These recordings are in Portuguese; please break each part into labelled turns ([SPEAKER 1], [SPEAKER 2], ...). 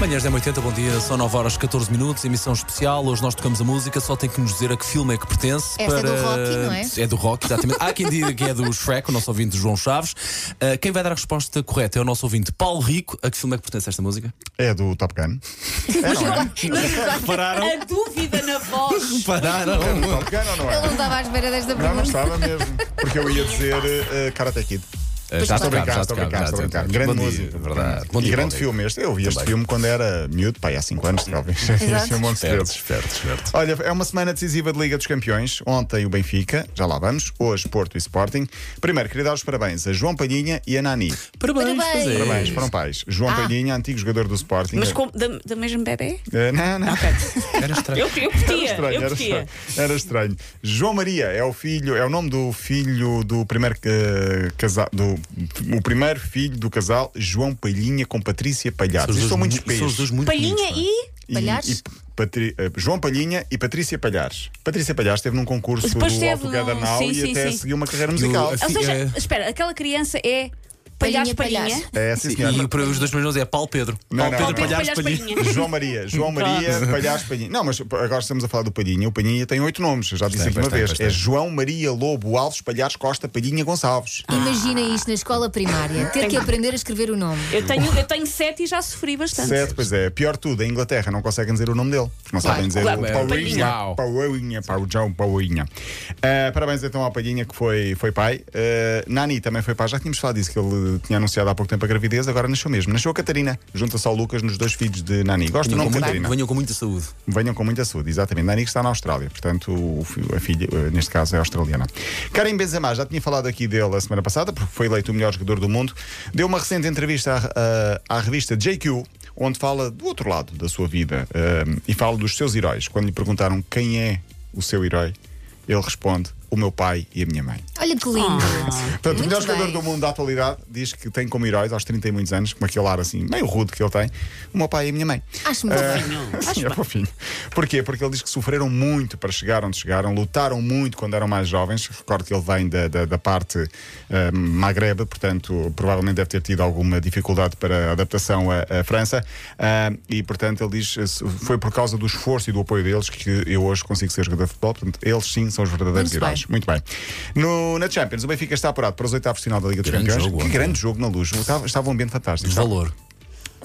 [SPEAKER 1] Manhãs da 80, bom dia, são 9 horas 14 minutos, emissão especial. Hoje nós tocamos a música, só tem que nos dizer a que filme é que pertence.
[SPEAKER 2] Esta é do Rocky, não é?
[SPEAKER 1] É do rock, exatamente. Há quem diga que é do Shrek, o nosso ouvinte João Chaves. Ah, quem vai dar a resposta correta é o nosso ouvinte Paulo Rico. A que filme é que pertence esta música?
[SPEAKER 3] É do Top Gun. É, não é?
[SPEAKER 1] Repararam?
[SPEAKER 4] A dúvida na voz.
[SPEAKER 1] Repararam?
[SPEAKER 3] É do Top Gun ou não
[SPEAKER 2] Ele não
[SPEAKER 3] é?
[SPEAKER 2] estava à espera desta
[SPEAKER 3] Não, não
[SPEAKER 2] pergunta.
[SPEAKER 3] estava mesmo. Porque eu ia dizer eh, Karate Kid.
[SPEAKER 1] Ah, Já
[SPEAKER 3] Estou a
[SPEAKER 1] tocámos, já
[SPEAKER 3] brincar, estou a brincar,
[SPEAKER 1] tocámos,
[SPEAKER 3] estou a
[SPEAKER 1] já
[SPEAKER 3] brincar.
[SPEAKER 1] tocámos.
[SPEAKER 3] Grande
[SPEAKER 1] tá, Bom dia, é
[SPEAKER 3] música.
[SPEAKER 1] verdade. Bom
[SPEAKER 3] E
[SPEAKER 1] dia, Paulo
[SPEAKER 3] grande
[SPEAKER 1] Rico.
[SPEAKER 3] filme este. Eu vi este filme quando era miúdo, pá, há 5 anos, talvez. Este um monte de
[SPEAKER 1] Espertos,
[SPEAKER 3] vezes.
[SPEAKER 1] espertos, espertos.
[SPEAKER 3] Olha, é uma semana decisiva de Liga dos Campeões. Ontem o Benfica, já lá vamos. Hoje Porto e Sporting. Primeiro, queria dar os parabéns a João Palhinha e a Nani.
[SPEAKER 1] Parabéns,
[SPEAKER 2] Parabéns.
[SPEAKER 1] pois é.
[SPEAKER 3] Parabéns, foram pais. João
[SPEAKER 2] Ah.
[SPEAKER 3] Palhinha, antigo jogador do Sporting.
[SPEAKER 4] Mas com, da, da mesmo bebê?
[SPEAKER 3] Eh, Não, não.
[SPEAKER 1] Era estranho.
[SPEAKER 4] Eu, eu curtia,
[SPEAKER 3] Estranho,
[SPEAKER 4] eu
[SPEAKER 3] era,
[SPEAKER 4] curtia.
[SPEAKER 3] estranho, era estranho. João Maria é o filho, é o nome do filho do primeiro eh, casal, do o primeiro filho do casal João Palhinha com Patrícia Palhares. Isto são
[SPEAKER 1] dois
[SPEAKER 3] muitos
[SPEAKER 1] mu- são os dois
[SPEAKER 3] peixes.
[SPEAKER 1] muito
[SPEAKER 4] Palhinha
[SPEAKER 1] bonitos,
[SPEAKER 4] e.
[SPEAKER 3] E-
[SPEAKER 2] Palhares?
[SPEAKER 3] e Patri- eh, João Palhinha e Patrícia Palhares. Patrícia Palhares esteve num concurso
[SPEAKER 4] Depois
[SPEAKER 3] do
[SPEAKER 4] teve
[SPEAKER 3] Altogether
[SPEAKER 4] um-
[SPEAKER 3] Now
[SPEAKER 4] sim,
[SPEAKER 3] e
[SPEAKER 4] sim,
[SPEAKER 3] até
[SPEAKER 4] sim.
[SPEAKER 3] seguiu uma carreira musical.
[SPEAKER 1] No-
[SPEAKER 4] Ou seja,
[SPEAKER 1] Sim, é.
[SPEAKER 4] espera, aquela criança é palhaço
[SPEAKER 2] Palhinha, palhaço.
[SPEAKER 4] palhinha.
[SPEAKER 3] É,
[SPEAKER 1] pá.
[SPEAKER 3] sim,
[SPEAKER 1] E,
[SPEAKER 3] senhora.
[SPEAKER 1] e para os dois primeiros é Paulo Pedro.
[SPEAKER 3] Não, não,
[SPEAKER 1] Paulo
[SPEAKER 3] não.
[SPEAKER 1] Pedro, Palhares,
[SPEAKER 4] Palhaço,
[SPEAKER 1] Palhinha.
[SPEAKER 4] palhinha.
[SPEAKER 3] João Maria, João Maria, Palhaço Palhinha. Não, mas agora estamos a falar do Palhinha. O Palhinha tem oito nomes, eu já disse
[SPEAKER 1] tem,
[SPEAKER 3] aqui uma
[SPEAKER 1] pois tem,
[SPEAKER 3] vez.
[SPEAKER 1] pois
[SPEAKER 3] É
[SPEAKER 1] tem.
[SPEAKER 3] João Maria Lobo Alves Palhares Costa Palhinha
[SPEAKER 1] Ah,
[SPEAKER 3] Gonçalves.
[SPEAKER 2] Imagina isto na escola primária, ter que aprender a escrever o nome.
[SPEAKER 4] Eu tenho, eu tenho sete e já sofri bastante.
[SPEAKER 3] Certo, pois é. Pior tudo, a Inglaterra não conseguem dizer o nome dele. Porque não sabem dizer
[SPEAKER 4] claro,
[SPEAKER 3] o
[SPEAKER 4] é.
[SPEAKER 3] Paulinha.
[SPEAKER 1] Uau.
[SPEAKER 3] Paulinha, Paujão, Paulinha. Ah, parabéns então ao Palhinha que foi, foi pai. Ah, Nani também foi pai. Já tínhamos falado disso, que ele tinha anunciado há pouco tempo a gravidez, agora nasceu mesmo. Nasceu a Catarina. Junta-se ao Lucas nos dois filhos de Nani. Gosto do
[SPEAKER 1] Venham com
[SPEAKER 3] nome de
[SPEAKER 1] muita-
[SPEAKER 3] Catarina.
[SPEAKER 1] Venham com muita saúde.
[SPEAKER 3] Venham com muita saúde, exatamente. Nani que está na Austrália, portanto, o fi- a filha, eh, neste caso, é australiana. Karim Benzema, já tinha falado aqui dele a semana passada, porque foi eleito o melhor jogador do mundo. Deu uma recente entrevista à, à- à revista JQ, onde fala do outro lado da sua vida eh, e fala dos seus heróis. Quando lhe perguntaram quem é o seu herói, ele responde: O meu pai e a minha mãe.
[SPEAKER 2] Olha que lindo.
[SPEAKER 3] Portanto, o melhor
[SPEAKER 2] Muito
[SPEAKER 3] jogador
[SPEAKER 2] bem.
[SPEAKER 3] do mundo da atualidade diz que tem como heróis, aos 30 e muitos anos, com aquele ar assim, meio rude que ele tem, o meu pai e a minha mãe.
[SPEAKER 2] Acho-me bom.
[SPEAKER 3] Sim, é fofinho. Porquê? Porque ele diz que sofreram muito para chegar onde chegaram, lutaram muito quando eram mais jovens. Recordo que ele vem da, da, da parte eh, magrebe, portanto, provavelmente deve ter tido alguma dificuldade para a adaptação à, à França. Ah, e, portanto, ele diz eh, foi por causa do esforço e do apoio deles que eu hoje consigo ser jogador de futebol. Portanto, eles sim são os verdadeiros
[SPEAKER 2] Muito
[SPEAKER 3] heróis. Muito bem. No, na Champions, o Benfica está apurado para os oitavos de final da Liga dos
[SPEAKER 1] Grande
[SPEAKER 3] Campeões.
[SPEAKER 1] jogo
[SPEAKER 3] que
[SPEAKER 1] ontem.
[SPEAKER 3] grande jogo na luz. Estava, estava um ambiente fantástico. Estava-
[SPEAKER 1] Valor.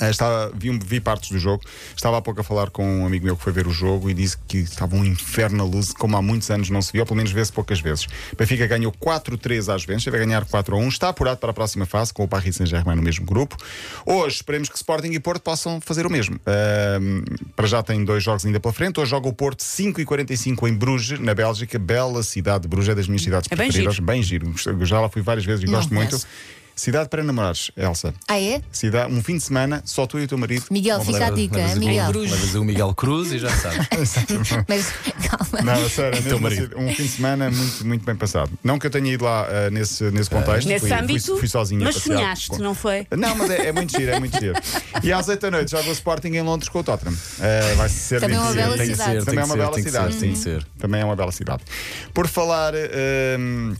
[SPEAKER 3] ah, Estava, vi, um- vi partes do jogo. Estava há pouco a falar com um amigo meu que foi ver o jogo e disse que estava um inferno na luz, como há muitos anos não se viu, ou pelo menos vê-se poucas vezes. O Benfica ganhou 4-3 às vezes, deve ganhar 4-1. Está apurado para a próxima fase, com o Paris Saint-Germain no mesmo grupo. Hoje esperemos que Sporting e Porto possam fazer o mesmo. Ahm, para já tem dois jogos ainda pela frente. Hoje joga o Porto 5h45 em Bruges, na Bélgica. Bela cidade de Bruges, é das minhas cidades
[SPEAKER 4] É bem
[SPEAKER 3] preferidas. Bem giro. Já lá fui várias vezes e
[SPEAKER 2] Não
[SPEAKER 3] gosto muito.
[SPEAKER 2] conheço.
[SPEAKER 3] Cidade para namorares, Elsa.
[SPEAKER 2] Ah, é?
[SPEAKER 3] Cidade, um fim de semana, só tu e o teu marido.
[SPEAKER 2] Miguel, fica a
[SPEAKER 1] Levas-
[SPEAKER 2] dica,
[SPEAKER 1] levas o-
[SPEAKER 2] Miguel.
[SPEAKER 1] Levas o Miguel Cruz e já sabes.
[SPEAKER 2] Mas calma.
[SPEAKER 3] Não, a sério, mesmo
[SPEAKER 1] marido.
[SPEAKER 3] assim, um fim de semana muito, muito bem passado. Não que eu tenha ido lá ah, nesse, nesse contexto.
[SPEAKER 4] Nesse
[SPEAKER 3] fui, fui-
[SPEAKER 4] âmbito,
[SPEAKER 3] fui, sozinho.
[SPEAKER 4] mas
[SPEAKER 3] a passear.
[SPEAKER 4] sonhaste,
[SPEAKER 3] Bom.
[SPEAKER 4] não foi?
[SPEAKER 3] Não, mas é, é muito giro, é muito giro. E às 8 da noite joga o Sporting em Londres com o Tottenham. Ah, vai ser
[SPEAKER 2] Também é uma
[SPEAKER 3] divertido.
[SPEAKER 2] bela Tem que cidade. ser,
[SPEAKER 3] Também é uma bela cidade.
[SPEAKER 1] tem que
[SPEAKER 3] sim.
[SPEAKER 1] ser.
[SPEAKER 3] Também é uma bela cidade. Por falar. hum,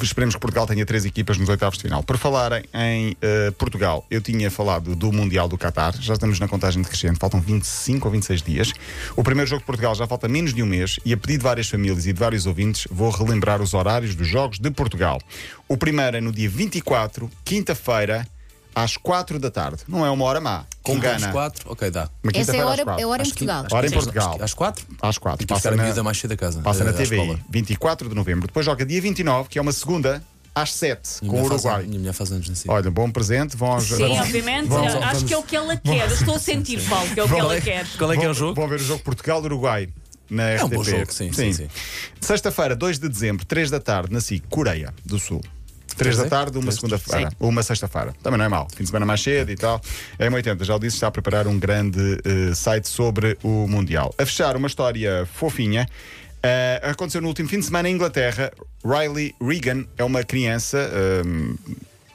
[SPEAKER 3] Esperemos que Portugal tenha três equipas nos oitavos de final. Por falar em, em, eh, Portugal, eu tinha falado do Mundial do Qatar, já estamos na contagem decrescente, faltam 25 ou 26 dias. O primeiro jogo de Portugal já falta menos de um mês e, a pedido de várias famílias e de vários ouvintes, vou relembrar os horários dos jogos de Portugal. O primeiro é no dia 24, quinta-feira, às 4 da tarde. Não é uma hora má, com
[SPEAKER 1] Quinta às
[SPEAKER 3] Gana.
[SPEAKER 1] quatro? Ok, dá.
[SPEAKER 2] Essa é
[SPEAKER 3] Uma
[SPEAKER 2] a
[SPEAKER 3] quinta-feira às
[SPEAKER 2] hora,
[SPEAKER 3] quatro.
[SPEAKER 2] é a hora em
[SPEAKER 1] Acho que-
[SPEAKER 2] Portugal.
[SPEAKER 1] acho que-
[SPEAKER 3] Hora em
[SPEAKER 1] acho que-
[SPEAKER 3] Portugal.
[SPEAKER 1] acho que Às quatro?
[SPEAKER 3] Às quatro.
[SPEAKER 1] Tem que buscar a miúda é mais cedo a casa.
[SPEAKER 3] Passa na
[SPEAKER 1] eh, à
[SPEAKER 3] TV,
[SPEAKER 1] escola.
[SPEAKER 3] 24 de novembro. Depois joga dia 29, que é uma segunda, às 7,
[SPEAKER 1] Minha
[SPEAKER 3] com o
[SPEAKER 1] mulher faz-
[SPEAKER 3] Uruguai.
[SPEAKER 1] Minha mulher faz anos nesse dia.
[SPEAKER 3] Olha, bom presente. Vão aos,
[SPEAKER 4] Sim,
[SPEAKER 3] vão-
[SPEAKER 4] obviamente.
[SPEAKER 1] vamos-
[SPEAKER 4] acho
[SPEAKER 1] vamos-
[SPEAKER 4] que é o que ela quer. Eu estou a sentir, Paulo, que é o que
[SPEAKER 3] Vamos-
[SPEAKER 4] ela quer.
[SPEAKER 1] Qual é que é
[SPEAKER 3] vão-
[SPEAKER 1] o jogo?
[SPEAKER 3] Vão ver o jogo Portugal-Uruguai na
[SPEAKER 1] É um
[SPEAKER 3] RTP.
[SPEAKER 1] bom jogo, sim, sim, sim.
[SPEAKER 3] Sexta-feira, 2 de dezembro, 3 da tarde, na SIC, Coreia do Sul. 3 da
[SPEAKER 1] é?
[SPEAKER 3] tarde, uma
[SPEAKER 1] Três,
[SPEAKER 3] segunda-feira. Uma sexta-feira. Também não é mal. Fim de semana mais cedo e tal. É uma 80. Já o disse, está a preparar um grande eh, site sobre o Mundial. A fechar, uma história fofinha. Eh, aconteceu no último fim de semana em Inglaterra. Riley Regan é uma criança. ehm,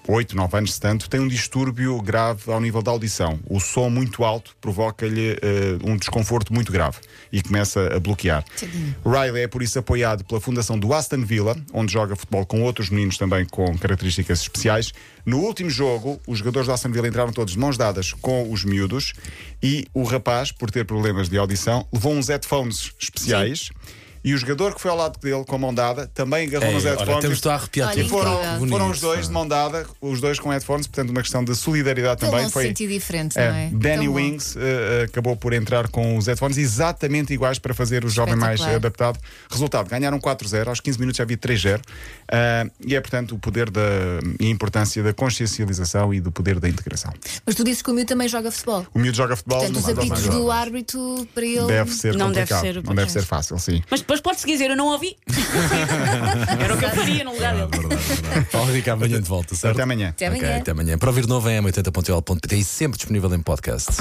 [SPEAKER 3] 8, 9 anos, se tanto, tem um distúrbio grave ao nível da audição. O som muito alto provoca-lhe eh, um desconforto muito grave e começa a bloquear. Riley é por isso apoiado pela fundação do Aston Villa, onde joga futebol com outros meninos também com características especiais. No último jogo, os jogadores do Aston Villa entraram todos de mãos dadas com os miúdos e o rapaz, por ter problemas de audição, levou uns headphones especiais. E o jogador que foi ao lado dele com a mão dada também agarrou
[SPEAKER 1] Ei,
[SPEAKER 3] nos
[SPEAKER 1] olha,
[SPEAKER 3] headphones.
[SPEAKER 1] temos de arrepiar
[SPEAKER 2] Olha,
[SPEAKER 1] tudo.
[SPEAKER 3] E foram,
[SPEAKER 2] Incrível.
[SPEAKER 1] Bonito. É
[SPEAKER 3] foram os
[SPEAKER 2] é?
[SPEAKER 3] dois de mão dada, os dois com headphones, portanto, uma questão de solidariedade
[SPEAKER 2] Ele
[SPEAKER 3] também.
[SPEAKER 2] não se
[SPEAKER 3] Foi,
[SPEAKER 2] sentir diferente,
[SPEAKER 3] é,
[SPEAKER 2] não é?
[SPEAKER 3] Danny
[SPEAKER 2] Tão bom.
[SPEAKER 3] Wings eh, eh, acabou por entrar com os headphones exatamente iguais para fazer o jovem mais
[SPEAKER 2] Espetacular.
[SPEAKER 3] adaptado. Resultado: ganharam 4-0, aos 15 minutos já havia 3-0. Ah, e é, portanto, o poder da, e a importância da consciencialização e do poder da integração.
[SPEAKER 2] Mas tu dizes que o miúdo também joga futebol.
[SPEAKER 3] O miúdo joga futebol,
[SPEAKER 2] Portanto, os
[SPEAKER 3] não joga
[SPEAKER 2] apitos
[SPEAKER 3] futebol.
[SPEAKER 2] do árbitro para ele.
[SPEAKER 3] Deve ser
[SPEAKER 4] Não deve
[SPEAKER 3] complicado.
[SPEAKER 4] ser o
[SPEAKER 3] não deve
[SPEAKER 4] podcast.
[SPEAKER 3] ser fácil, sim.
[SPEAKER 4] Mas depois pode-se dizer, eu não ouvi. Era o que eu faria no lugar dele.
[SPEAKER 1] Verdade, verdade. Paulo Rico amanhã de volta, certo?
[SPEAKER 3] Até amanhã.
[SPEAKER 2] Até
[SPEAKER 1] Ok,
[SPEAKER 2] amanhã.
[SPEAKER 1] é até amanhã. Para ouvir de novo em m80.ol.pt e sempre disponível em podcast.